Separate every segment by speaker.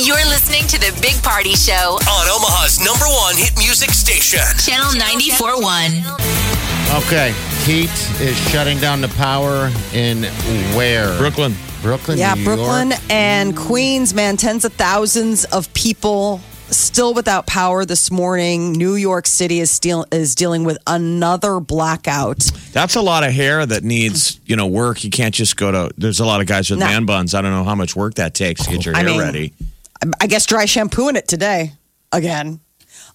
Speaker 1: You're listening to the Big Party Show,
Speaker 2: on Omaha's number one hit music station.
Speaker 1: Channel 94.1.
Speaker 3: Okay, heat is shutting down the power in where?
Speaker 4: Brooklyn.
Speaker 3: Brooklyn.
Speaker 5: Yeah,
Speaker 3: New
Speaker 5: Brooklyn
Speaker 3: York?
Speaker 5: and Queens, man, tens of thousands of people still without power this morning. New York City is still is dealing with another blackout.
Speaker 4: That's a lot of hair that needs, you know, work. You can't just go to. There's a lot of guys with
Speaker 5: No.
Speaker 4: man buns. I don't know how much work that takes to get your
Speaker 5: I
Speaker 4: hair
Speaker 5: mean-
Speaker 4: ready.
Speaker 5: I guess dry shampooing it today again.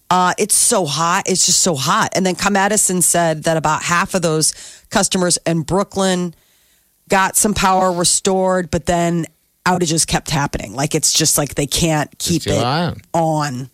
Speaker 5: Uh, it's so hot. It's just so hot. And then Come Edison said that about half of those customers in Brooklyn got some power restored, but then outages kept happening. Like it's just like they can't keep
Speaker 3: too
Speaker 5: it
Speaker 3: hot.
Speaker 5: on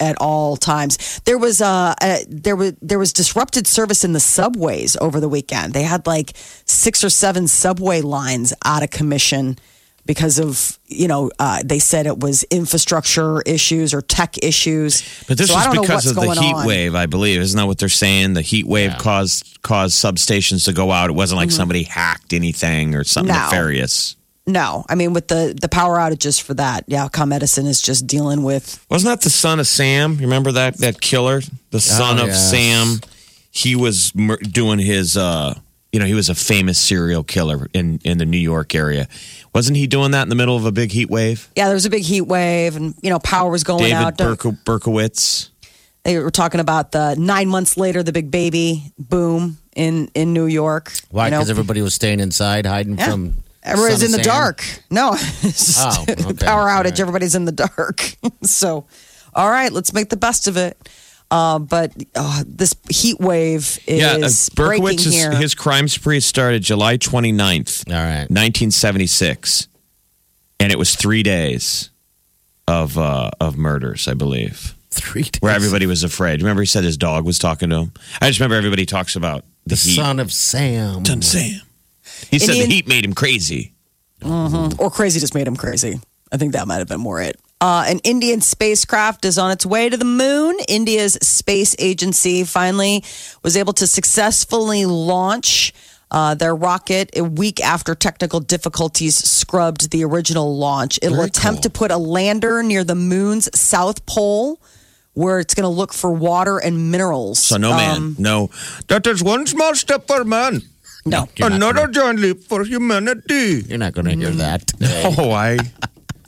Speaker 5: at all times. There was uh, a there was there was disrupted service in the subways over the weekend. They had like six or seven subway lines out of commission because of you know uh, they said it was infrastructure issues or tech issues.
Speaker 4: But this
Speaker 5: so I
Speaker 4: was
Speaker 5: don't know
Speaker 4: because
Speaker 5: what's
Speaker 4: of the
Speaker 5: going
Speaker 4: heat
Speaker 5: on.
Speaker 4: wave, I believe. Isn't that what they're saying? The heat wave caused caused substations to go out. It wasn't like somebody hacked anything or something
Speaker 5: Mm-hmm. No.
Speaker 4: nefarious.
Speaker 5: No, I mean with the the power outages for that. Yeah, Com Edison is just dealing with
Speaker 4: Wasn't that the son of Sam? You Remember that that killer, the son of
Speaker 3: yes.
Speaker 4: Sam. He was mur- doing his, uh, you know, he was a famous serial killer in in the New York area. Wasn't he doing that in the middle of a big heat wave?
Speaker 5: yeah. There was a big heat wave, and you know power was going out.
Speaker 4: David
Speaker 5: Don't-
Speaker 4: Berko- Berkowitz.
Speaker 5: they were talking about the nine months later, the big baby boom in in New York.
Speaker 3: Why?
Speaker 5: You know,
Speaker 3: Because everybody was staying inside, hiding
Speaker 5: yeah.
Speaker 3: from.
Speaker 5: everybody's
Speaker 3: sun
Speaker 5: in the
Speaker 3: and sand?
Speaker 5: dark. No, it's just
Speaker 3: Oh,
Speaker 5: the
Speaker 3: okay.
Speaker 5: power
Speaker 3: All
Speaker 5: outage.
Speaker 3: right.
Speaker 5: Everybody's in the dark. so, all right, let's make the best of it. Uh, but uh, this heat wave
Speaker 4: Yeah, uh,
Speaker 5: is breaking
Speaker 4: Berkowitz. Is,
Speaker 5: here.
Speaker 4: his crime spree started July 29th,
Speaker 3: All right.
Speaker 4: 1976, and it was three days of uh, of murders, I believe.
Speaker 3: Three days.
Speaker 4: where everybody was afraid. Remember, he said his dog was talking to him. I just remember everybody talks about the,
Speaker 3: The
Speaker 4: heat.
Speaker 3: son of Sam.
Speaker 4: Sam. He said
Speaker 5: Indian-
Speaker 4: the heat made him crazy.
Speaker 5: or crazy just made him crazy. I think that might have been more it. Uh, an Indian spacecraft is on its way to the moon. India's space agency finally was able to successfully launch uh, their rocket a week after technical difficulties scrubbed the original launch. It'll attempt to put a lander near the moon's south pole, where it's going to look for water and minerals.
Speaker 4: So
Speaker 5: Um,
Speaker 4: no man, no. That is one small step for man,
Speaker 5: no,
Speaker 3: You're not, gonna,
Speaker 4: giant leap for humanity.
Speaker 3: you're not gonna hear
Speaker 5: Mm.
Speaker 3: that.
Speaker 4: Oh, I.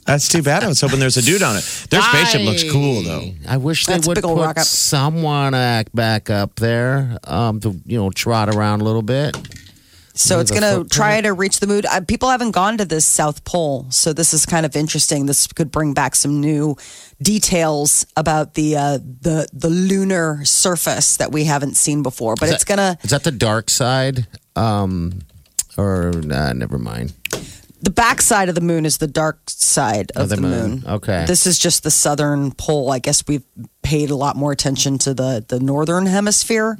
Speaker 4: That's too bad. I was hoping there's a dude on it. Their spaceship looks cool though.
Speaker 3: I wish they
Speaker 5: That's a
Speaker 3: would
Speaker 5: big old
Speaker 3: put
Speaker 5: rocket.
Speaker 3: someone uh, back up there um, to you know trot around a little bit.
Speaker 5: So
Speaker 3: Yeah,
Speaker 5: it's
Speaker 3: the
Speaker 5: going to
Speaker 3: footprint.
Speaker 5: try to reach the moon. Uh, people haven't gone to this South Pole, so this is kind of interesting. This could bring back some new details about the uh, the the lunar surface that we haven't seen before. But it's going to
Speaker 3: Is that the dark side? Um, or nah, never mind.
Speaker 5: the back side of the moon is the dark side of,
Speaker 3: the
Speaker 5: the, moon.
Speaker 3: moon. Okay.
Speaker 5: This is just the southern pole. I guess we've paid a lot more attention to the the northern hemisphere.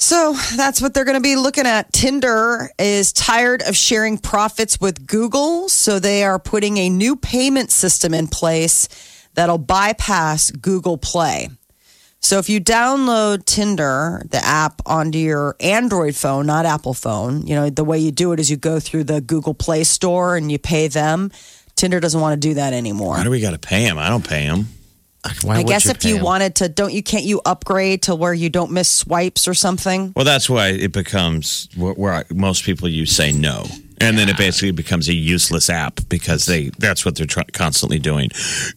Speaker 5: So that's what they're going to be looking at. Tinder is tired of sharing profits with Google, so they are putting a new payment system in place that'll bypass Google Play. So if you download Tinder, the app, onto your Android phone, not Apple phone, you know, the way you do it is you go through the Google Play Store and you pay them. Tinder doesn't want to do that anymore.
Speaker 4: Why do we got to pay him? I don't pay him.
Speaker 3: Why
Speaker 5: I
Speaker 3: would
Speaker 5: guess if
Speaker 3: pay
Speaker 5: you
Speaker 3: him?
Speaker 5: wanted to, don't you, can't you upgrade to where you don't miss swipes or something?
Speaker 4: Well, that's why it becomes where, where I- most people you say no, and then it basically becomes a useless app because they that's what they're try- constantly doing.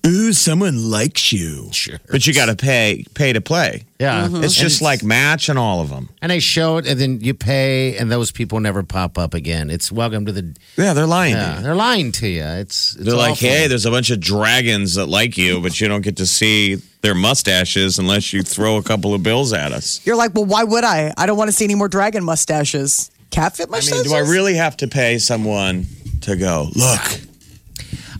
Speaker 4: Ooh, someone likes you, sure, but you got to pay pay to play.
Speaker 3: yeah,
Speaker 4: It's
Speaker 3: Mm-hmm. And
Speaker 4: just like Match Mm-hmm. and all of them.
Speaker 3: and they show it, and then you pay, and those people never pop up again. It's welcome to the.
Speaker 4: Yeah, they're lying. to
Speaker 3: Yeah,
Speaker 4: you.
Speaker 3: they're lying to you. It's, it's
Speaker 4: They're like,
Speaker 3: awful.
Speaker 4: hey, there's a bunch of dragons that like you, but you don't get to see their mustaches unless you throw a couple of bills at us.
Speaker 5: You're like, well, why would I? I don't want to see any more dragon mustaches. Catfit
Speaker 4: I mean,
Speaker 5: mustaches?
Speaker 4: do I really have to pay someone to go look?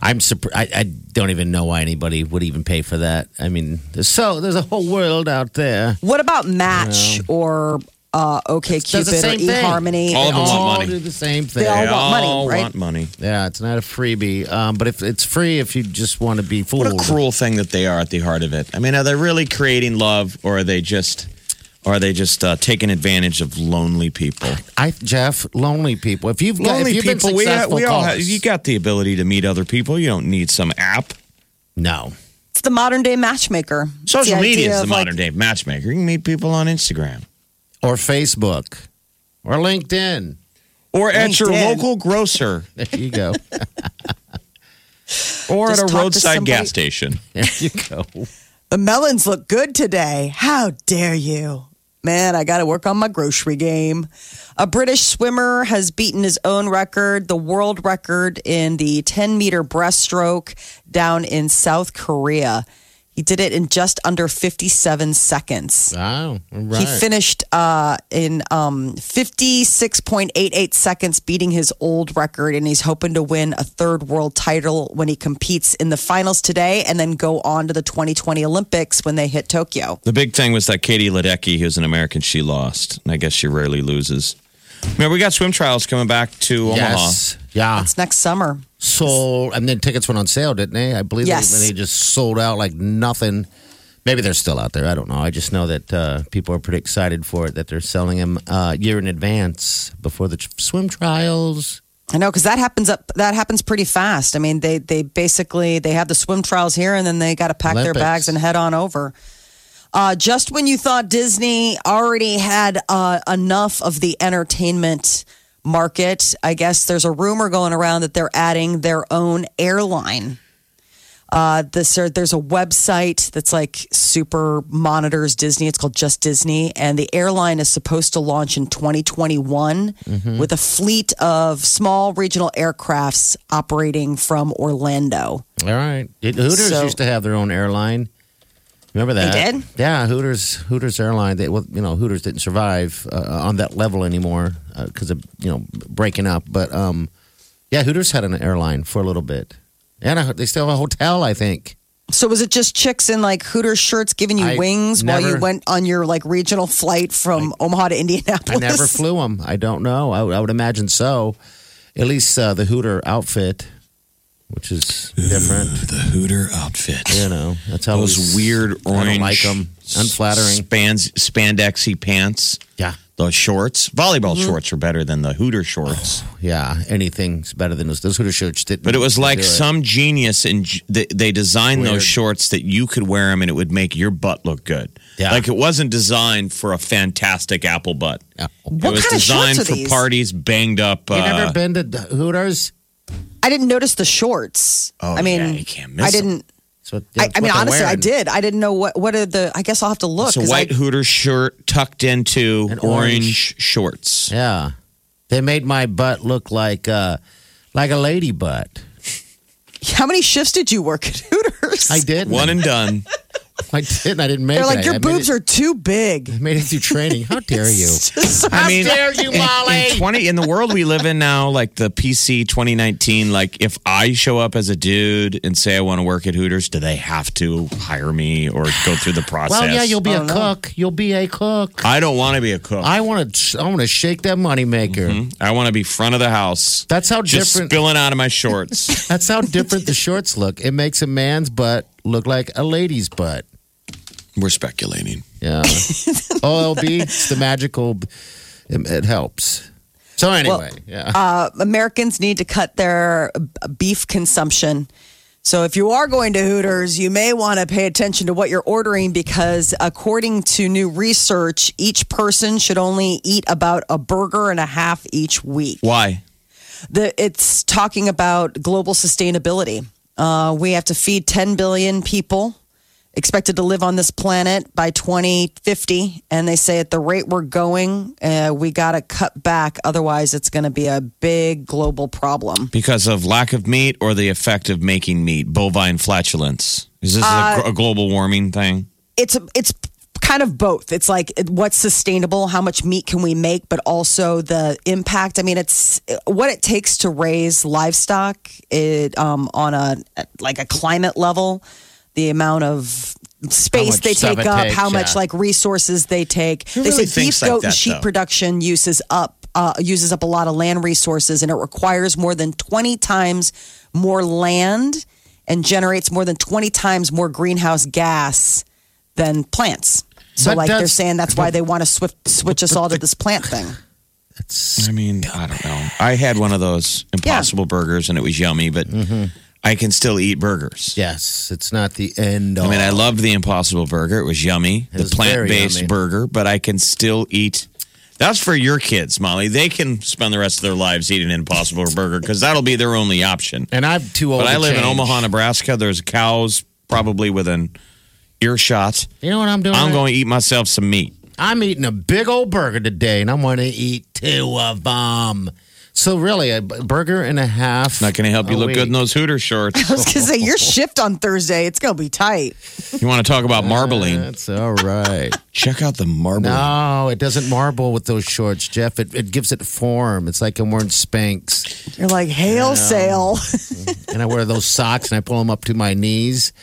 Speaker 3: I'm surprised. I, I don't even know why anybody would even pay for that. I mean, there's so there's a whole world out there.
Speaker 5: What about Match or uh, OK
Speaker 3: Does the
Speaker 5: Cupid or
Speaker 3: same thing.
Speaker 5: eHarmony?
Speaker 4: All of
Speaker 5: They
Speaker 4: them want
Speaker 5: all-
Speaker 4: money.
Speaker 3: do the same thing.
Speaker 5: They all want money,
Speaker 4: all
Speaker 5: right?
Speaker 4: want money.
Speaker 3: yeah, it's not a freebie. Um, but if it's free, if you just want to be fooled,
Speaker 4: What a cruel thing that they are at the heart of it. I mean, are they really creating love, or are they just, are they just uh, taking advantage of lonely people?
Speaker 3: I, Jeff, lonely people. If you've got,
Speaker 4: Lonely
Speaker 3: if you've
Speaker 4: people.
Speaker 3: been
Speaker 4: we
Speaker 3: successful,
Speaker 4: we all
Speaker 3: call
Speaker 4: have,
Speaker 3: us.
Speaker 4: you got the ability to meet other people. You don't need some app.
Speaker 3: no.
Speaker 5: It's the modern day matchmaker. It's
Speaker 4: Social
Speaker 5: the
Speaker 4: media
Speaker 5: idea
Speaker 4: is the
Speaker 5: of, like,
Speaker 4: modern day matchmaker. You can meet people on Instagram
Speaker 3: or Facebook or LinkedIn.
Speaker 4: or at your
Speaker 5: LinkedIn.
Speaker 4: local grocer
Speaker 3: There you go.
Speaker 4: or
Speaker 5: Just
Speaker 4: at
Speaker 5: talk
Speaker 4: a
Speaker 5: to
Speaker 4: roadside
Speaker 5: somebody.
Speaker 4: gas station.
Speaker 3: there you go.
Speaker 5: The melons look good today. How dare you? Man, I got to work on my grocery game. A British swimmer has beaten his own record, the world record in the 10 meter breaststroke down in South Korea. He did it in just under 57 seconds.
Speaker 4: Oh,
Speaker 3: Wow. All
Speaker 5: He
Speaker 3: right.
Speaker 5: finished uh, in um, 56.88 seconds, beating his old record, and he's hoping to win a third world title when he competes in the finals today and then go on to the 2020 Olympics when they hit Tokyo.
Speaker 4: The big thing was that Katie Ledecky, who's an American, she lost, and I guess she rarely loses. Remember, we got swim trials coming back to
Speaker 3: yes. Yeah.
Speaker 5: It's next summer.
Speaker 3: Sold. And then tickets went on sale, didn't they? I believe
Speaker 5: Yes.
Speaker 3: they, they just sold out like nothing. Maybe they're still out there. I don't know. I just know that uh, people are pretty excited for it, that they're selling them uh, year in advance before the tr- swim trials.
Speaker 5: I know because that happens up. That happens pretty fast. I mean, they they basically they have the swim trials here, and then they got to pack their
Speaker 3: Olympics.
Speaker 5: bags and head on over. Uh, just when you thought Disney already had uh, enough of the entertainment market, I guess there's a rumor going around that they're adding their own airline. Uh, this or there's a website that's like super monitors Disney. It's called Just Disney, and the airline is supposed to launch in 2021
Speaker 3: Mm-hmm.
Speaker 5: with a fleet of small regional aircrafts operating from Orlando.
Speaker 3: All right. It, Hooters
Speaker 5: So-
Speaker 3: used to have their own airline. Remember that?
Speaker 5: did?
Speaker 3: Yeah, Hooters Hooters airline. They, well, you know, Hooters didn't survive uh, on that level anymore because of you know breaking up. But um, yeah, Hooters had an airline for a little bit, and a, they still have a hotel, I think.
Speaker 5: So was it just chicks in like Hooters shirts giving you
Speaker 3: I
Speaker 5: wings while you
Speaker 3: never-
Speaker 5: went on your like regional flight from Omaha to Indianapolis?
Speaker 3: I never flew them. I don't know. I, would- I would imagine so. At least uh, the Hooter outfit, which is different.
Speaker 4: Omaha. The Hooter outfit.
Speaker 3: You know, that's how
Speaker 4: Those
Speaker 3: we-
Speaker 4: weird
Speaker 3: I
Speaker 4: orange,
Speaker 3: don't like 'em. Unflattering.
Speaker 4: spans, spandexy pants.
Speaker 3: Yeah,
Speaker 4: Those shorts, volleyball
Speaker 3: Mm-hmm.
Speaker 4: shorts, are better than the Hooter shorts.
Speaker 3: Oh, yeah. Anything's better than those. Those Hooter shirts didn't.
Speaker 4: But it was like
Speaker 3: do it.
Speaker 4: some genius, and they, they designed
Speaker 3: Weird.
Speaker 4: those shorts that you could wear them, and it would make your butt look good.
Speaker 3: Yeah.
Speaker 4: Like it wasn't designed for a fantastic apple butt.
Speaker 3: Yeah.
Speaker 4: it
Speaker 5: What
Speaker 4: was
Speaker 5: kind of
Speaker 4: designed
Speaker 5: shorts are
Speaker 4: for
Speaker 5: these?
Speaker 4: parties, banged up.
Speaker 3: You
Speaker 4: uh,
Speaker 3: never been to D- Hooters?
Speaker 5: I didn't notice the shorts.
Speaker 4: Oh,
Speaker 5: I mean,
Speaker 4: yeah, you can't miss
Speaker 5: I didn't.
Speaker 3: That's what-
Speaker 5: I,
Speaker 3: that's
Speaker 5: I mean,
Speaker 3: what they're
Speaker 5: honestly, I
Speaker 3: wearing.
Speaker 5: did. I didn't know what what are the. I guess I'll have to look.
Speaker 4: It's a
Speaker 5: 'cause
Speaker 4: white
Speaker 5: I,
Speaker 4: Hooter shirt tucked into
Speaker 3: And
Speaker 4: orange.
Speaker 3: orange.
Speaker 4: shorts.
Speaker 3: Yeah, they made my butt look like uh, like a lady butt.
Speaker 5: how many shifts did you work at Hooters?
Speaker 3: I did
Speaker 4: One and done.
Speaker 3: I didn't. I didn't make.
Speaker 5: They're
Speaker 3: it.
Speaker 5: like your
Speaker 3: I made
Speaker 5: boobs
Speaker 3: it- Mm-hmm.
Speaker 5: are too big.
Speaker 3: I made it through training. How dare you?
Speaker 4: I mean,
Speaker 3: dare you,
Speaker 4: in- in
Speaker 3: Molly?
Speaker 4: Twenty in the world we live in now, like the PC 2019. Like, if I show up as a dude and say I want to work at Hooters, do they have to hire me or go through the process?
Speaker 3: Well, yeah, you'll be a
Speaker 5: Oh, no.
Speaker 3: cook. You'll be a cook.
Speaker 4: I don't want to be a cook. I,
Speaker 3: I want to. I want to shake that moneymaker.
Speaker 4: want to be front of the house.
Speaker 3: That's how
Speaker 4: Mm-hmm. just
Speaker 3: different.
Speaker 4: spilling out of my shorts.
Speaker 3: that's how different the shorts look. It makes a man's butt look like a lady's butt.
Speaker 4: We're speculating.
Speaker 3: Yeah. OLB. It's the magical. It, it helps. So anyway, yeah.
Speaker 5: Americans need to cut their uh, beef consumption. So if you are going to Hooters, you may want to pay attention to what you're ordering because according to new research, each person should only eat about a burger and a half each week.
Speaker 4: Why?
Speaker 5: The, it's talking about global sustainability. Uh, we have to feed 10 billion people expected to live on this planet by 2050. And they say at the rate we're going, uh, we got to cut back. Otherwise, it's going to be a big global problem.
Speaker 4: Because of lack of meat or the effect of
Speaker 3: Uh,
Speaker 4: making meat, bovine flatulence. Is this a, gr- a global warming thing?
Speaker 5: It's a, it's kind of both. It's like what's sustainable, how much meat can we make, but also the impact. I mean, it's what it takes to raise livestock it, um, on a like a climate level, the amount of space
Speaker 3: much
Speaker 5: they
Speaker 3: stuff
Speaker 5: take
Speaker 3: it
Speaker 5: up,
Speaker 3: takes,
Speaker 5: how much
Speaker 3: yeah.
Speaker 5: like resources they take.
Speaker 4: Who
Speaker 5: they
Speaker 4: really
Speaker 5: said beef,
Speaker 4: thinks like
Speaker 5: goat, and
Speaker 4: that,
Speaker 5: sheep
Speaker 4: though?
Speaker 5: production uses up uh, uses up a lot of land resources, and it requires more than twenty times more land and generates more than twenty times more greenhouse gas than plants. So,
Speaker 3: But
Speaker 5: like they're
Speaker 3: that's-
Speaker 5: saying, that's why they want to swift, switch us all to this plant thing.
Speaker 3: It's,
Speaker 4: I mean, I don't know. I had one of those impossible burgers and it was yummy, but
Speaker 3: Mm-hmm.
Speaker 4: I can still eat burgers.
Speaker 3: yes, it's not the end.
Speaker 4: I mean, I
Speaker 3: all.
Speaker 4: loved the impossible burger. It was yummy.
Speaker 3: It
Speaker 4: the
Speaker 3: was very
Speaker 4: plant based
Speaker 3: yummy.
Speaker 4: burger, but I can still eat. That's for your kids, Molly. They can spend the rest of their lives eating an impossible burger because that'll be their only option.
Speaker 3: And I'm too old.
Speaker 4: But I
Speaker 3: to
Speaker 4: live in
Speaker 3: change.
Speaker 4: Omaha, Nebraska. There's cows probably within earshot.
Speaker 3: You know what I'm doing?
Speaker 4: I'm going to eat myself some meat.
Speaker 3: I'm eating a big old burger today, and I'm going to eat two of them. So really, a b- burger and a half.
Speaker 4: Not going to help
Speaker 3: a
Speaker 4: you look good in
Speaker 3: week.
Speaker 4: those Hooter shorts.
Speaker 5: I was gonna say your shift on Thursday, it's gonna be tight.
Speaker 4: you want to talk about marbling?
Speaker 3: That's all right.
Speaker 4: Check out the marbling.
Speaker 3: no, it doesn't marble with those shorts, Jeff. It, it gives it form. It's like I'm wearing Spanx,
Speaker 5: You're like hail sale.
Speaker 3: and I wear those socks, and I pull them up to my knees,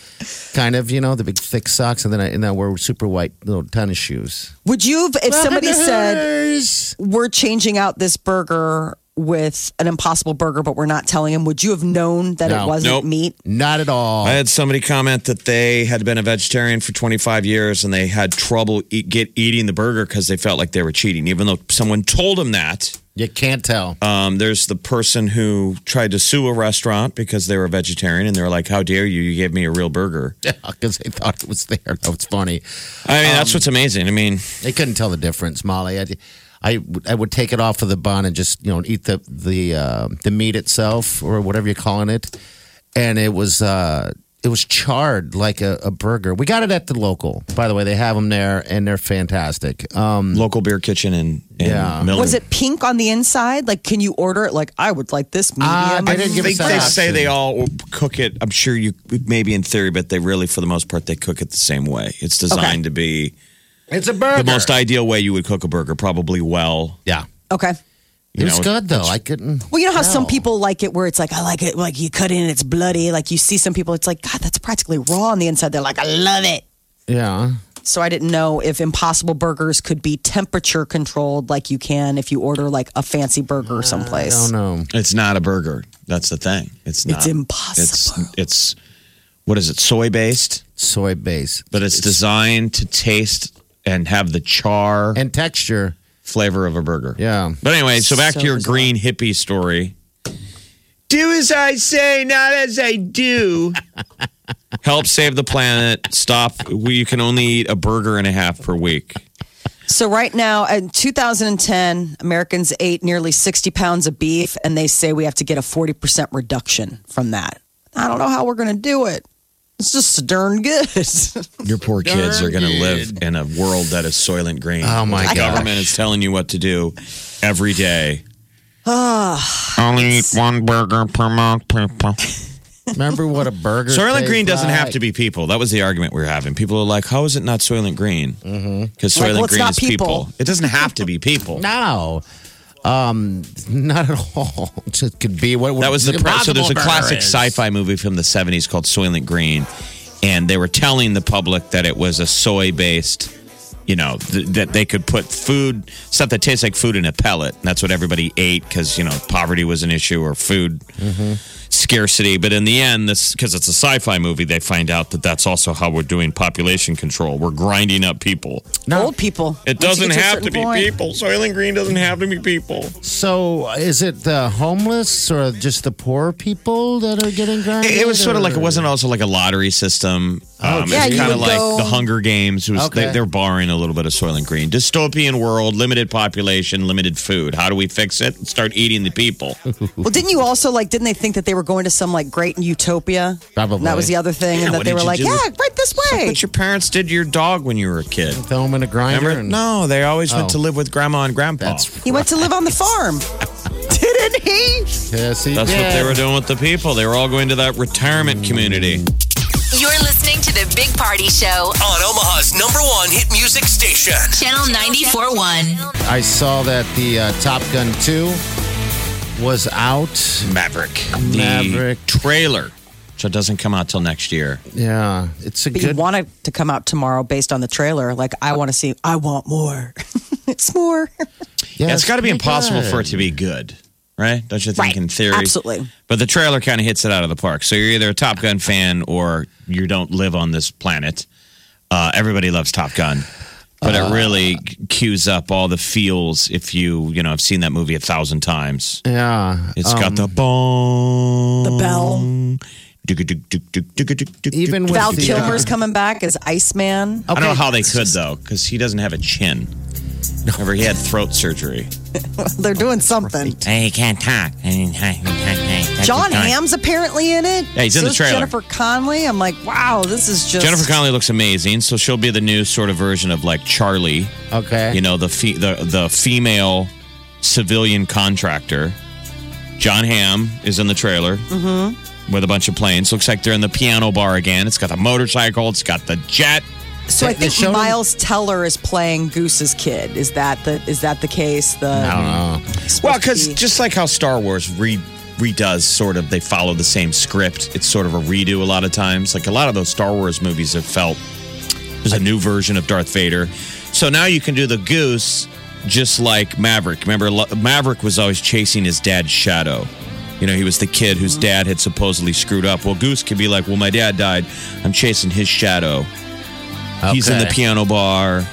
Speaker 3: kind of, you know, the big thick socks, and then I and I wear super white little tennis shoes.
Speaker 5: Would you, have- if somebody said,
Speaker 3: said,
Speaker 5: we're changing out this burger with an impossible burger, but we're not telling him. Would you have known that it
Speaker 3: No.
Speaker 5: wasn't
Speaker 4: Nope.
Speaker 5: meat?
Speaker 3: not at all.
Speaker 4: I had somebody comment that they had been a vegetarian for 25 years and they had trouble eat, get eating the burger because they felt like they were cheating, even though someone told them that.
Speaker 3: you can't tell.
Speaker 4: Um, there's the person who tried to sue a restaurant because they were a vegetarian and they were like, "How dare you? You gave me a real burger."
Speaker 3: because they thought it was there. That was funny.
Speaker 4: I mean,
Speaker 3: Um,
Speaker 4: that's what's amazing. I mean,
Speaker 3: They couldn't tell the difference, Molly. I, I, would- I would take it off of the bun and just you know eat the the uh, the meat itself or whatever you're calling it, and it was uh, it was charred like a, a burger. We got it at the local, by the way. They have them there, and they're fantastic. Um,
Speaker 4: local beer kitchen in, in
Speaker 3: Yeah.
Speaker 4: Milton.
Speaker 5: Was it pink on the inside? Like, can you order it? Like, I would like this medium.
Speaker 3: Ah, they didn't
Speaker 4: I
Speaker 3: give
Speaker 4: think
Speaker 3: us
Speaker 4: they
Speaker 3: that
Speaker 4: say
Speaker 3: option.
Speaker 4: they all cook it. I'm sure you maybe in theory, but they really, for the most part, they cook it the same way. It's designed to be
Speaker 3: It's a burger.
Speaker 4: the most ideal way you would cook a burger, probably well.
Speaker 3: yeah,
Speaker 5: okay.
Speaker 3: it was
Speaker 4: know,
Speaker 3: good though. I couldn't.
Speaker 5: Well, you know how some
Speaker 3: tell.
Speaker 5: people like it where it's like, I like it. Like, you cut in, it's bloody. Like, you see some people, it's like, God, that's practically raw on the inside. They're like, I love it.
Speaker 3: Yeah.
Speaker 5: So I didn't know if Impossible Burgers could be temperature controlled like you can if you order like a fancy burger someplace.
Speaker 3: I don't know.
Speaker 4: It's not a burger. That's the thing. It's not.
Speaker 5: It's impossible.
Speaker 4: It's it's what is it? Soy based,
Speaker 3: Soy base
Speaker 4: but it's, designed to taste and have the char
Speaker 3: and texture.
Speaker 4: flavor of a burger.
Speaker 3: Yeah.
Speaker 4: But anyway, so back
Speaker 5: So
Speaker 4: to your
Speaker 5: bizarre.
Speaker 4: green hippie story. Do as I say, not as I do. Help save the planet. Stop. We, you can only eat a burger and a half per week.
Speaker 5: So right now, in 2010, Americans ate nearly 60 pounds of beef, and they say we have to get a 40% reduction from that. I don't know how we're going to do it. It's just darn good.
Speaker 4: Your poor kids are going to live in a world that is soylent green.
Speaker 3: Oh, my
Speaker 4: The
Speaker 3: gosh.
Speaker 4: government is telling you what to do every day.
Speaker 6: Only eat one burger per month, people.
Speaker 3: Remember what a burger.
Speaker 4: Soylent
Speaker 3: tastes
Speaker 4: Green doesn't
Speaker 3: like?
Speaker 4: have to be people. That was the argument we were having. People are like, how is it not Soylent Green? Because
Speaker 5: Like,
Speaker 4: Soylent
Speaker 5: well, it's
Speaker 4: Green
Speaker 5: not
Speaker 4: is people.
Speaker 5: people.
Speaker 4: It doesn't have to be people.
Speaker 3: No. Um, not at all. It just could be what
Speaker 4: That was the pro- so there's a
Speaker 3: Impossible
Speaker 4: classic
Speaker 3: burger is.
Speaker 4: sci-fi movie from the 70s called Soylent Green, and they were telling the public that it was a soy-based, you know, th- that they could put food stuff that tastes like food in a pellet. And that's what everybody ate because you know poverty was an issue or food
Speaker 5: Mm-hmm.
Speaker 4: scarcity. But in the end, this because it's a sci-fi movie, they find out that that's also how we're doing population control. We're grinding up people.
Speaker 5: Old people.
Speaker 4: It
Speaker 5: Once you
Speaker 4: doesn't
Speaker 5: get a
Speaker 4: have to
Speaker 5: certain
Speaker 4: be
Speaker 5: point.
Speaker 4: people. Soylent Green doesn't have to be people.
Speaker 3: So, is it the homeless or just the poor people that are getting grinded?
Speaker 4: It, it was sort of like it
Speaker 3: or-
Speaker 4: wasn't also like a lottery system. Um,
Speaker 5: Yeah,
Speaker 4: it
Speaker 5: you
Speaker 4: was kind of
Speaker 5: would
Speaker 4: like
Speaker 5: go-
Speaker 4: the Hunger Games. It was, they,
Speaker 3: Okay.
Speaker 4: they're borrowing a little bit of Soylent Green. Dystopian world, limited population, limited food. How do we fix it? Start eating the people.
Speaker 5: Well, didn't you also like? Didn't they think that they were going to some like great utopia?
Speaker 3: Probably.
Speaker 5: And that was the other thing,
Speaker 4: Yeah,
Speaker 5: and that
Speaker 4: what
Speaker 5: they
Speaker 4: did
Speaker 5: were
Speaker 4: you
Speaker 5: like,
Speaker 4: do
Speaker 5: "Yeah,
Speaker 4: with-
Speaker 5: right this way."
Speaker 4: What your parents did to your dog when you were a kid.
Speaker 3: Throw them in a grinder.
Speaker 4: Remember?
Speaker 3: and-
Speaker 4: No, Oh. they always went
Speaker 3: Oh.
Speaker 4: to live with grandma and grandpa.
Speaker 3: That's
Speaker 5: He went to live on the farm, didn't he?
Speaker 3: yes, he
Speaker 4: That's what
Speaker 3: did.
Speaker 4: they were doing with the people. They were all going to that retirement community.
Speaker 1: You're listening to the Big Party Show,
Speaker 2: on Omaha's number one hit music station.
Speaker 1: Channel 94.1.
Speaker 3: I saw that the uh, Top Gun 2 was out.
Speaker 4: Maverick.
Speaker 3: Maverick.
Speaker 4: The trailer. So it doesn't come out till next year.
Speaker 3: Yeah, it's a
Speaker 5: But you
Speaker 3: good.
Speaker 5: want it to come out tomorrow based on the trailer. Like, I want to see, I want more. it's more.
Speaker 3: yeah,
Speaker 4: Yeah, it's got to be
Speaker 3: pretty
Speaker 4: impossible
Speaker 3: good.
Speaker 4: for it to be good, right? Don't you think?
Speaker 5: Right.
Speaker 4: In theory,
Speaker 5: Absolutely.
Speaker 4: But the trailer kind of hits it out of the park. So you're either a Top Gun fan or you don't live on this planet. Uh, everybody loves Top Gun, but it really cues up all the feels. If you you know, I've seen that movie a thousand times.
Speaker 3: Yeah, um,
Speaker 4: It's got the bong,
Speaker 5: The bell.
Speaker 3: even with
Speaker 5: Val
Speaker 3: the,
Speaker 5: Kilmer's
Speaker 3: uh,
Speaker 5: coming back as Iceman.
Speaker 4: I don't know
Speaker 3: Okay.
Speaker 4: how they could though, because he doesn't have a chin. Remember, he had throat surgery.
Speaker 5: They're doing something.
Speaker 4: He can't talk.
Speaker 5: John Hamm's apparently in it.
Speaker 4: Yeah, he's in the
Speaker 5: So's
Speaker 4: trailer.
Speaker 5: Jennifer Conley. I'm like, wow, this is just
Speaker 4: Jennifer Connelly looks amazing, so she'll be the new sort of version of like Charlie,
Speaker 3: okay,
Speaker 4: you know, the fe- the the female civilian contractor. John Hamm is in the trailer with a bunch of planes. Looks like they're in the piano bar again. It's got the motorcycle. It's got the jet.
Speaker 5: So
Speaker 3: They-
Speaker 5: I
Speaker 3: they
Speaker 5: think
Speaker 3: showed him-
Speaker 5: Miles Teller is playing Goose's kid. Is that the is that the case? The
Speaker 3: I don't know.
Speaker 5: supposed
Speaker 4: Well,
Speaker 5: to
Speaker 4: because
Speaker 5: be-
Speaker 4: just like how Star Wars re- redoes, sort of, they follow the same script. It's sort of a redo a lot of times. Like a lot of those Star Wars movies have felt there's a new version of Darth Vader. So now you can do the goose just like Maverick. Remember, Lo- Maverick was always chasing his dad's shadow. You know, he was the kid whose
Speaker 5: Mm-hmm.
Speaker 4: dad had supposedly screwed up. Well, Goose could be like, well, my dad died. I'm chasing his shadow. He's in the
Speaker 3: Okay.
Speaker 4: piano bar.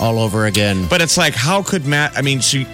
Speaker 3: all over again.
Speaker 4: But it's like, how could Matt? I mean, she,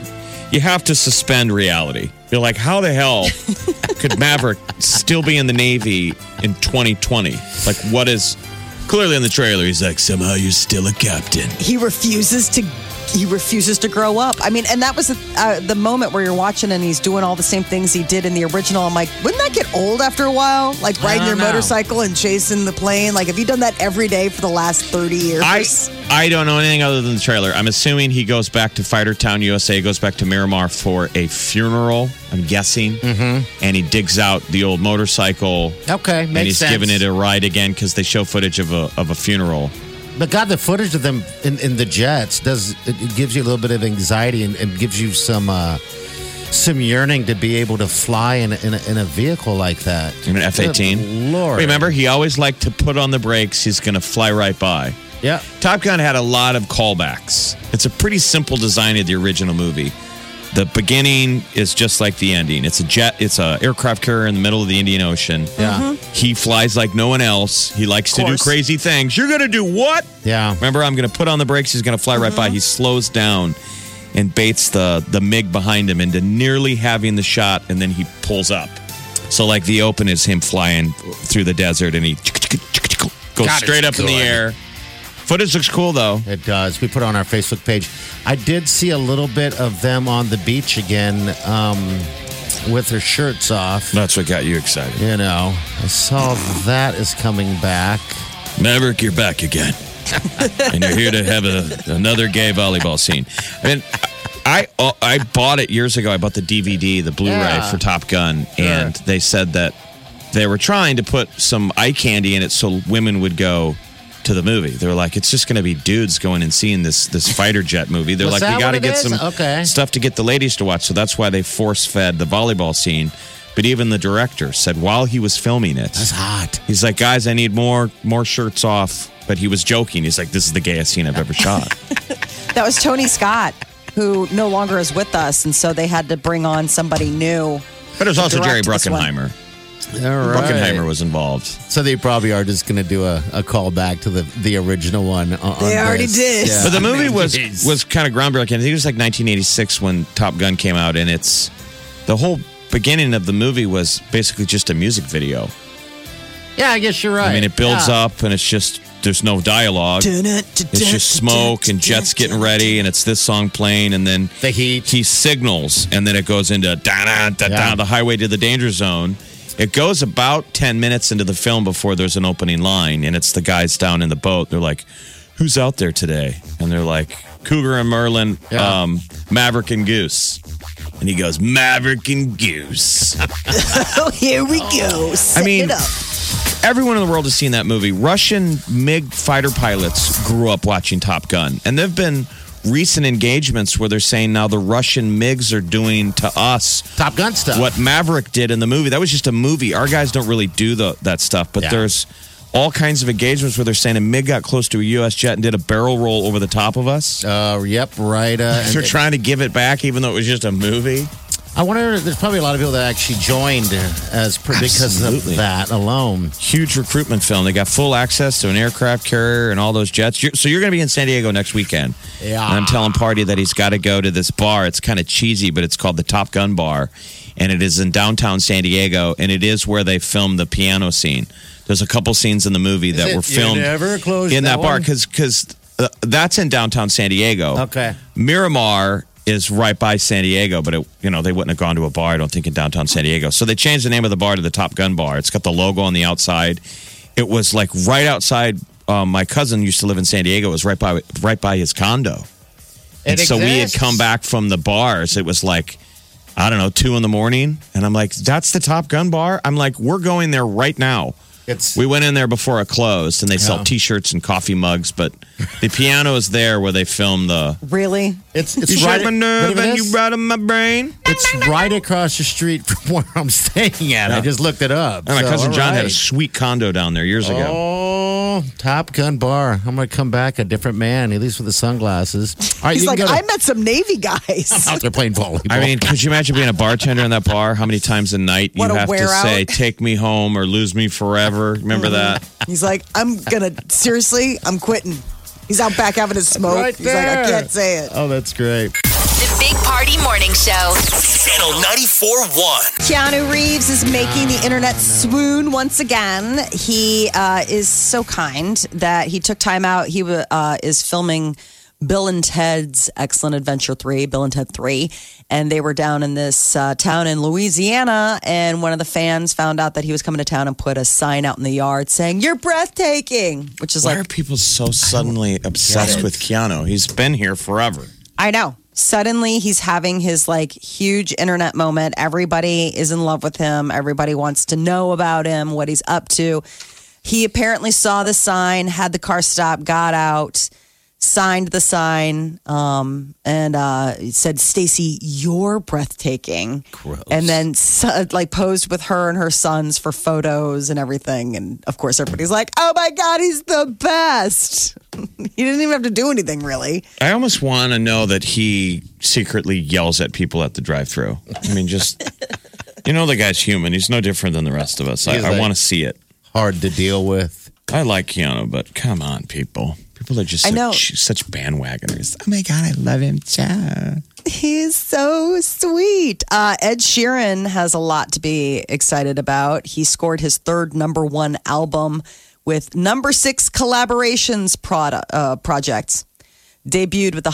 Speaker 4: you have to suspend reality. You're like, how the hell could Maverick still be in the Navy in 2020? Like, what is clearly in the trailer? He's like, somehow you're still a captain.
Speaker 5: he refuses to he refuses to grow up. I mean, and that was uh, the moment where you're watching and he's doing all the same things he did in the original. I'm like, wouldn't that get old after a while? Like riding your
Speaker 3: don't know.
Speaker 5: motorcycle and chasing the plane. Like, have you done that every day for the last thirty years?
Speaker 4: I I don't know anything other than the trailer. I'm assuming he goes back to Fighter Town, USA, goes back to Miramar for a funeral. I'm guessing, mm-hmm. and he digs out the old motorcycle.
Speaker 3: Okay,
Speaker 4: and
Speaker 3: makes
Speaker 4: he's
Speaker 3: sense.
Speaker 4: giving it a ride again because they show footage of a of a funeral.
Speaker 3: But God, the footage of them in, in the jets does it, it gives you a little bit of anxiety and, and gives you some uh, some yearning to be able to fly in a, in a, in a vehicle like that.
Speaker 4: In an F eighteen.
Speaker 3: Good Lord,
Speaker 4: Remember, he always liked to put on the brakes. He's going to fly right by.
Speaker 3: Yeah,
Speaker 4: Top Gun had a lot of callbacks. It's a pretty simple design of the original movie. The beginning is just like the ending. It's a jet. It's a aircraft carrier in the middle of the Indian Ocean.
Speaker 3: Yeah. Mhm.
Speaker 4: He flies like no one else. He likes to do
Speaker 5: course.
Speaker 4: crazy things. You're going to do what?
Speaker 3: yeah.
Speaker 4: Remember, I'm going to put on the brakes. He's going to fly right
Speaker 3: Mm-hmm.
Speaker 4: by. He slows down and baits the the MiG behind him into nearly having the shot, and then he pulls up. So, like the open is him flying through the desert, and he goes
Speaker 3: God, it's
Speaker 4: straight up in the
Speaker 3: good.
Speaker 4: air. Footage looks cool though.
Speaker 3: It does. We put it on our Facebook page. I did see a little bit of them on the beach again um, with their shirts off.
Speaker 4: That's what got you excited.
Speaker 3: You know, I saw that is coming back.
Speaker 4: Maverick, you're back again, and you're here to have a, another gay volleyball scene. And I oh, I bought it years ago. I bought the DVD, the Blu-ray
Speaker 3: Yeah.
Speaker 4: for Top Gun, and they said that they were trying to put some eye candy in it so women would go to the movie. They were like, it's just going to be dudes going and seeing this this fighter jet movie. They're
Speaker 3: Was
Speaker 4: like,
Speaker 3: that
Speaker 4: we got to
Speaker 3: what it
Speaker 4: get
Speaker 3: is?
Speaker 4: some
Speaker 3: Okay.
Speaker 4: stuff to get the ladies to watch. So that's why they force fed the volleyball scene. But even the director said while he was filming it,
Speaker 3: It's hot.
Speaker 4: He's like, guys, I need more more shirts off. But he was joking. He's like, this is the gayest scene I've ever shot.
Speaker 5: That was Tony Scott, who no longer is with us, and so they had to bring on somebody new.
Speaker 4: But it was also Jerry
Speaker 5: direct this one.
Speaker 4: Bruckenheimer.
Speaker 3: All right.
Speaker 4: Bruckenheimer was involved.
Speaker 3: So they probably are just going to do a, a call back to the, the original one. On, on
Speaker 5: They already
Speaker 3: this.
Speaker 5: did.
Speaker 3: Yeah.
Speaker 4: But the movie was was kind of groundbreaking. I think it was like 1986 when Top Gun came out, and it's the whole beginning of the movie was basically just a music video.
Speaker 3: yeah, I guess you're right.
Speaker 4: I mean, it builds
Speaker 3: Yeah.
Speaker 4: up, and it's just there's no dialogue. It's just smoke and jets getting ready, and it's this song playing, and then
Speaker 3: The heat.
Speaker 4: he signals, and then it goes into da da da da
Speaker 3: Yeah.
Speaker 4: the highway to the danger zone. It goes about ten minutes into the film before there's an opening line, and it's the guys down in the boat. They're like, "Who's out there today?" And they're like, "Cougar and Merlin,
Speaker 3: Yeah.
Speaker 4: um, Maverick and Goose." And he goes, "Maverick and Goose."
Speaker 5: Oh, here we go. Set
Speaker 4: I mean,
Speaker 5: it up.
Speaker 4: everyone in the world has seen that movie. Russian MiG fighter pilots grew up watching Top Gun, and there've been recent engagements where they're saying now the Russian MiGs are doing to us
Speaker 3: Top Gun stuff.
Speaker 4: what Maverick did in the movie. That was just a movie. Our guys don't really do the, that stuff, but
Speaker 3: Yeah.
Speaker 4: there's all kinds of engagements where they're saying a MiG got close to a U.S. jet and did a barrel roll over the top of us.
Speaker 3: Uh, yep, right. Uh,
Speaker 4: they're trying to give it back, even though it was just a movie.
Speaker 3: I wonder. There's probably a lot of people that actually joined as per, because of
Speaker 4: Absolutely.
Speaker 3: that alone.
Speaker 4: Huge recruitment film. They got full access to an aircraft carrier and all those jets. You're, so you're going to be in San Diego next weekend.
Speaker 3: Yeah.
Speaker 4: And I'm telling Party that he's got to go to this bar. It's kind of cheesy, but it's called the Top Gun Bar, and it is in downtown San Diego, and it is where they filmed the piano scene. There's a couple scenes in the movie that
Speaker 3: it?
Speaker 4: were
Speaker 3: You
Speaker 4: filmed
Speaker 3: never closed
Speaker 4: in
Speaker 3: that
Speaker 4: that, bar
Speaker 3: one?
Speaker 4: because because uh, that's in downtown San Diego.
Speaker 3: Okay.
Speaker 4: Miramar is right by San Diego, but it, you know they wouldn't have gone to a bar. I don't think in downtown San Diego. So they changed the name of the bar to the Top Gun Bar. It's got the logo on the outside. It was like right outside. Um, my cousin used to live in San Diego. It was right by right by his condo. And
Speaker 3: It
Speaker 4: so we had
Speaker 3: exists.
Speaker 4: come back from the bars. It was like, I don't know, two in the morning. And I'm like, that's the Top Gun bar? I'm like, we're going there right now.
Speaker 3: It's
Speaker 4: We went in there before it closed and they sell t shirts and coffee mugs, but the piano is there where they film the.
Speaker 5: Really?
Speaker 3: it's it's
Speaker 4: You
Speaker 3: right.
Speaker 4: shot my nerve
Speaker 3: look at
Speaker 4: and
Speaker 3: this.
Speaker 4: you brought up my brain.
Speaker 3: It's right across the street from where I'm staying at. I
Speaker 4: Yeah.
Speaker 3: just looked it up.
Speaker 4: And my
Speaker 3: So,
Speaker 4: cousin
Speaker 3: all
Speaker 4: John had a
Speaker 3: right.
Speaker 4: sweet condo down there years ago.
Speaker 3: Oh, Top Gun bar. I'm gonna come back a different man, at least with the sunglasses. All right,
Speaker 5: He's
Speaker 3: you
Speaker 5: like,
Speaker 3: can go to-
Speaker 5: I met some Navy guys.
Speaker 3: out there playing volleyball.
Speaker 4: I mean, could you imagine being a bartender in that bar? How many times a night you
Speaker 5: What a
Speaker 4: have to
Speaker 5: wear out.
Speaker 4: say, take me home or lose me forever? Remember that?
Speaker 5: He's like, I'm gonna seriously, I'm quitting. He's out back having a smoke.
Speaker 3: Right
Speaker 5: He's like, I
Speaker 3: there.
Speaker 5: can't say it.
Speaker 3: oh, that's great.
Speaker 1: The Big Party Morning Show.
Speaker 2: Channel 94.1.
Speaker 5: Keanu Reeves is making the internet swoon once again. He uh, is so kind that he took time out. He uh, is filming Bill and Ted's Excellent Adventure 3, Bill and Ted 3. And they were down in this uh, town in Louisiana. And one of the fans found out that he was coming to town and put a sign out in the yard saying, You're breathtaking, which is
Speaker 4: Why
Speaker 5: like,
Speaker 4: are people so suddenly obsessed with Keanu? He's been here forever.
Speaker 5: I know. Suddenly he's having his like huge internet moment. Everybody is in love with him. Everybody wants to know about him, what he's up to. He apparently saw the sign, had the car stop, got out, signed the sign, um, and uh, it said, "Stacy, you're breathtaking." And then so- like posed with her and her sons for photos and everything. And of course, everybody's like, "Oh my god, he's the best!" he didn't even have to do anything really.
Speaker 4: I almost want to know that he secretly yells at people at the drive-thru. I mean, just you know, the guy's human. He's no different than the rest of us. I,
Speaker 3: He's
Speaker 4: I
Speaker 3: like-
Speaker 4: want to see it.
Speaker 3: Hard to deal with.
Speaker 4: I like Keanu, but come on, people. People are just
Speaker 5: I
Speaker 4: such,
Speaker 5: know.
Speaker 4: such bandwagoners. Oh my god, I love him. Yeah.
Speaker 5: He's so sweet. Uh, Ed Sheeran has a lot to be excited about. He scored his third number one album with number six collaborations product, uh, projects. Debuted with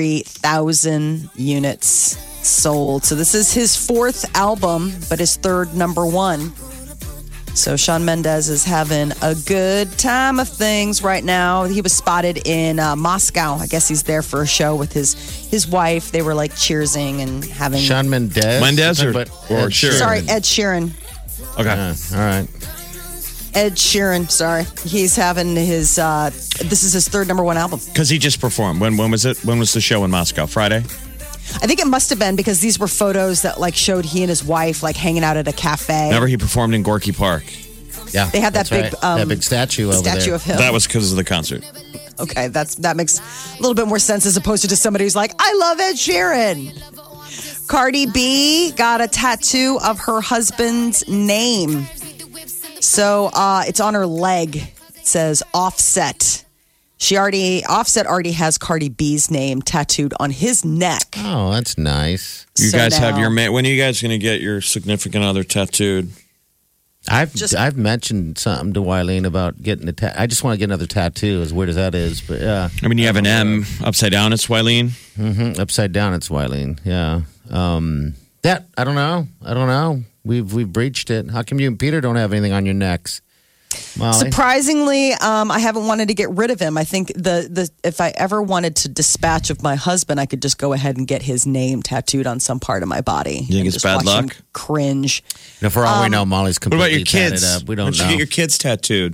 Speaker 5: 173,000 units sold. So this is his fourth album, but his third number one. So Sean Mendez is having a good time of things right now. He was spotted in uh, Moscow. I guess he's there for a show with his his wife. They were like cheersing and having.
Speaker 3: Sean Mendez.
Speaker 4: Mendez or-
Speaker 3: But-
Speaker 4: or
Speaker 3: Ed
Speaker 4: Sheeran?
Speaker 5: Sorry, Ed Sheeran.
Speaker 4: Okay.
Speaker 3: Yeah, all right.
Speaker 5: Ed Sheeran. Sorry, he's having his. Uh, this is his third number one album.
Speaker 4: Cuz he just performed. When when was it? When was the show in Moscow? Friday?
Speaker 5: I think it must have been because these were photos that like showed he and his wife like hanging out at a cafe.
Speaker 4: Remember he performed in Gorky Park.
Speaker 3: Yeah,
Speaker 5: They had that
Speaker 3: that's
Speaker 5: big,
Speaker 3: right.
Speaker 5: um,
Speaker 3: that big statue over
Speaker 5: statue
Speaker 3: there.
Speaker 5: of him.
Speaker 4: That was cuz of the concert.
Speaker 5: Okay, that's that makes a little bit more sense as opposed to just somebody who's like, I love Ed Sheeran. Cardi B got a tattoo of her husband's name. So uh, it's on her leg. It says offset. She already offset already has Cardi B's name tattooed on his neck.
Speaker 3: oh, that's nice.
Speaker 4: You
Speaker 5: So
Speaker 4: guys have
Speaker 5: now-
Speaker 4: your ma- when are you guys going to get your significant other tattooed?
Speaker 3: I've
Speaker 5: Just-
Speaker 3: I've mentioned something to Wileen about getting a tattoo. I just want to get another tattoo, as weird as that is. But yeah,
Speaker 4: I mean, you have an M upside down. It's Wileen.
Speaker 3: hmm upside down, it's Wileen. Yeah, um, that I don't know. I don't know. We've we've breached it. How come you and Peter don't have anything on your necks? Molly?
Speaker 5: Surprisingly, um, I haven't wanted to get rid of him. I think the, the if I ever wanted to dispatch of my husband, I could just go ahead and get his name tattooed on some part of my body.
Speaker 4: You think
Speaker 5: and
Speaker 4: it's
Speaker 5: just
Speaker 4: bad
Speaker 5: watch him
Speaker 4: luck?
Speaker 5: Cringe.
Speaker 3: Now, for
Speaker 5: um,
Speaker 3: all we know, Molly's
Speaker 4: What
Speaker 3: completely
Speaker 4: about your
Speaker 3: tatted
Speaker 4: kids?
Speaker 3: Up. We don't
Speaker 4: Why You
Speaker 3: know.
Speaker 4: get your kids tattooed.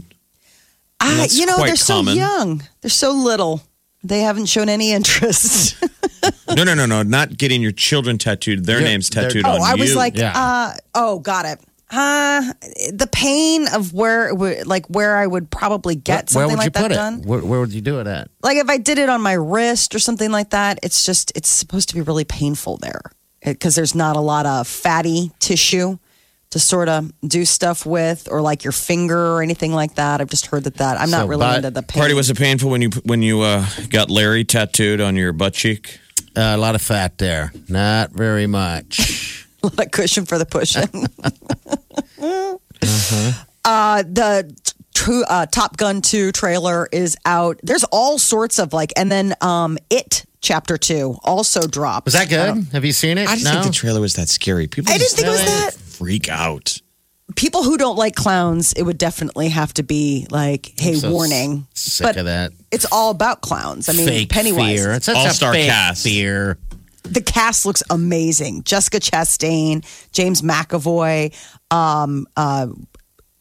Speaker 5: Ah,
Speaker 4: That's
Speaker 5: you know
Speaker 4: quite
Speaker 5: they're
Speaker 4: common.
Speaker 5: so young. They're so little. They haven't shown any interest.
Speaker 4: No, no, no, no. Not getting your children tattooed. Their
Speaker 3: Yeah,
Speaker 4: names
Speaker 3: they're-
Speaker 4: tattooed
Speaker 5: oh,
Speaker 4: on
Speaker 5: I
Speaker 4: you.
Speaker 5: was like,
Speaker 3: yeah.
Speaker 5: uh, oh, got it. Uh, the pain of where, where- like where I would probably get
Speaker 3: where would
Speaker 5: something like
Speaker 3: you
Speaker 5: that
Speaker 3: put
Speaker 5: done.
Speaker 3: it? Where, where would you do it at?
Speaker 5: Like if I did it on my wrist or something like that, it's just it's supposed to be really painful there because there's not a lot of fatty tissue to sort of do stuff with, or like your finger or anything like that. I've just heard that that I'm
Speaker 3: So,
Speaker 5: not really
Speaker 3: but
Speaker 5: into the pain.
Speaker 4: Party was it painful when you when you uh, got Larry tattooed on your butt cheek?
Speaker 3: Uh, a lot of fat there. Not very much.
Speaker 5: like cushion for the pushing. uh the true uh, Top Gun 2 trailer is out. There's all sorts of like, and then um, It Chapter 2 also dropped.
Speaker 3: Was that good? Have you seen it?
Speaker 4: I didn't
Speaker 3: no.
Speaker 4: think the trailer was that scary. People
Speaker 5: I didn't
Speaker 4: just
Speaker 5: think it was that.
Speaker 4: freak out.
Speaker 5: People who don't like clowns, it would definitely have to be like, hey,
Speaker 3: So s-
Speaker 5: warning.
Speaker 3: Sick
Speaker 5: But
Speaker 3: of that.
Speaker 5: It's all about clowns. I mean,
Speaker 3: fake
Speaker 5: Pennywise.
Speaker 3: fear. It's such
Speaker 4: All-star
Speaker 3: a fake
Speaker 4: cast.
Speaker 3: fear.
Speaker 5: the cast looks amazing. Jessica Chastain, James McAvoy, um, uh,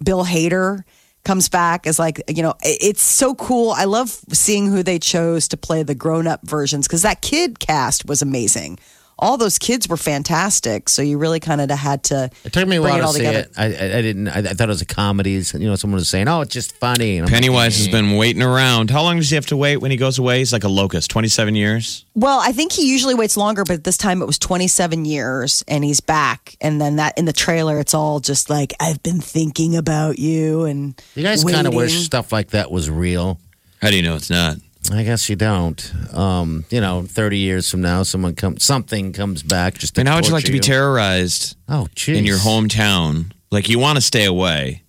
Speaker 5: Bill Hader comes back as like you know i- it's so cool. I love seeing who they chose to play the grown up versions because that kid cast was amazing. All those kids were fantastic. So you really kind of had to.
Speaker 3: It took me a while
Speaker 5: bring it
Speaker 3: to
Speaker 5: all
Speaker 3: see
Speaker 5: together.
Speaker 3: it. I, I, I didn't. I, I thought it was a comedy. So, You know, someone was saying, "Oh, it's just funny." And I'm
Speaker 4: Pennywise has been waiting around. How long does he have to wait when he goes away? He's like a locust. Twenty seven years.
Speaker 5: Well, I think he usually waits longer, but this time it was 27 years and he's back. And then that in the trailer, it's all just like, I've been thinking about you. And
Speaker 3: You guys kind of
Speaker 5: waiting."
Speaker 3: wish stuff like that was real.
Speaker 4: How do you know it's not?
Speaker 3: I guess you don't. Um, you know, thirty years from now, someone comes, something comes back. Just to
Speaker 4: And how would you like to be
Speaker 3: torture
Speaker 4: terrorized
Speaker 3: you. Oh, jeez.
Speaker 4: in your hometown? Like you want to stay away,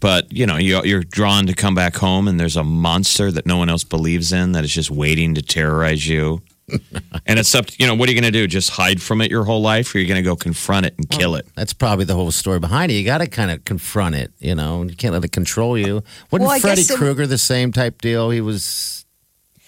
Speaker 4: but you know you, you're drawn to come back home, and there's a monster that no one else believes in that is just waiting to terrorize you. and it's up. You know what are you going to do? Just hide from it your whole life, or you're going to go confront it
Speaker 3: Oh.
Speaker 4: and kill it?
Speaker 3: That's probably the whole story behind it. You got to kind of confront it. You know, you can't let it control you. Wasn't
Speaker 5: Well, I
Speaker 3: Freddy
Speaker 5: guess it-
Speaker 3: Krueger the same type deal? He was.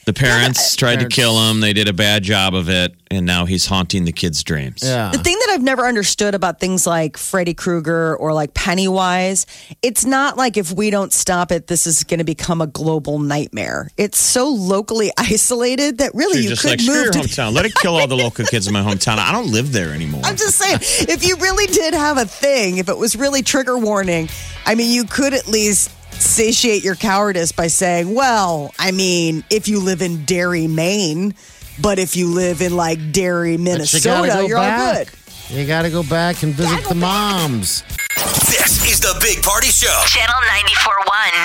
Speaker 4: The parents tried
Speaker 3: Parents.
Speaker 4: to kill him. They did a bad job of it, and now he's haunting the kids' dreams.
Speaker 3: Yeah.
Speaker 5: The thing that I've never understood about things like Freddy Krueger or like Pennywise, it's not like if we don't stop it, this is going to become a global nightmare. It's so locally isolated that really
Speaker 4: You're
Speaker 5: you
Speaker 4: just
Speaker 5: could
Speaker 4: like, screw
Speaker 5: move
Speaker 4: your
Speaker 5: to
Speaker 4: hometown. Let it kill all the local kids in my hometown. I don't live there anymore.
Speaker 5: I'm just saying, if you really did have a thing, if it was really trigger warning, I mean, you could at least satiate your cowardice by saying, well, I mean, if you live in Derry, Maine, but if you live in like Derry,
Speaker 3: But you gotta
Speaker 5: Minnesota,
Speaker 3: go
Speaker 5: you're all
Speaker 3: back.
Speaker 5: good.
Speaker 3: You got to go back and visit the moms.
Speaker 2: This is the Big Party Show.
Speaker 1: Channel 94.1.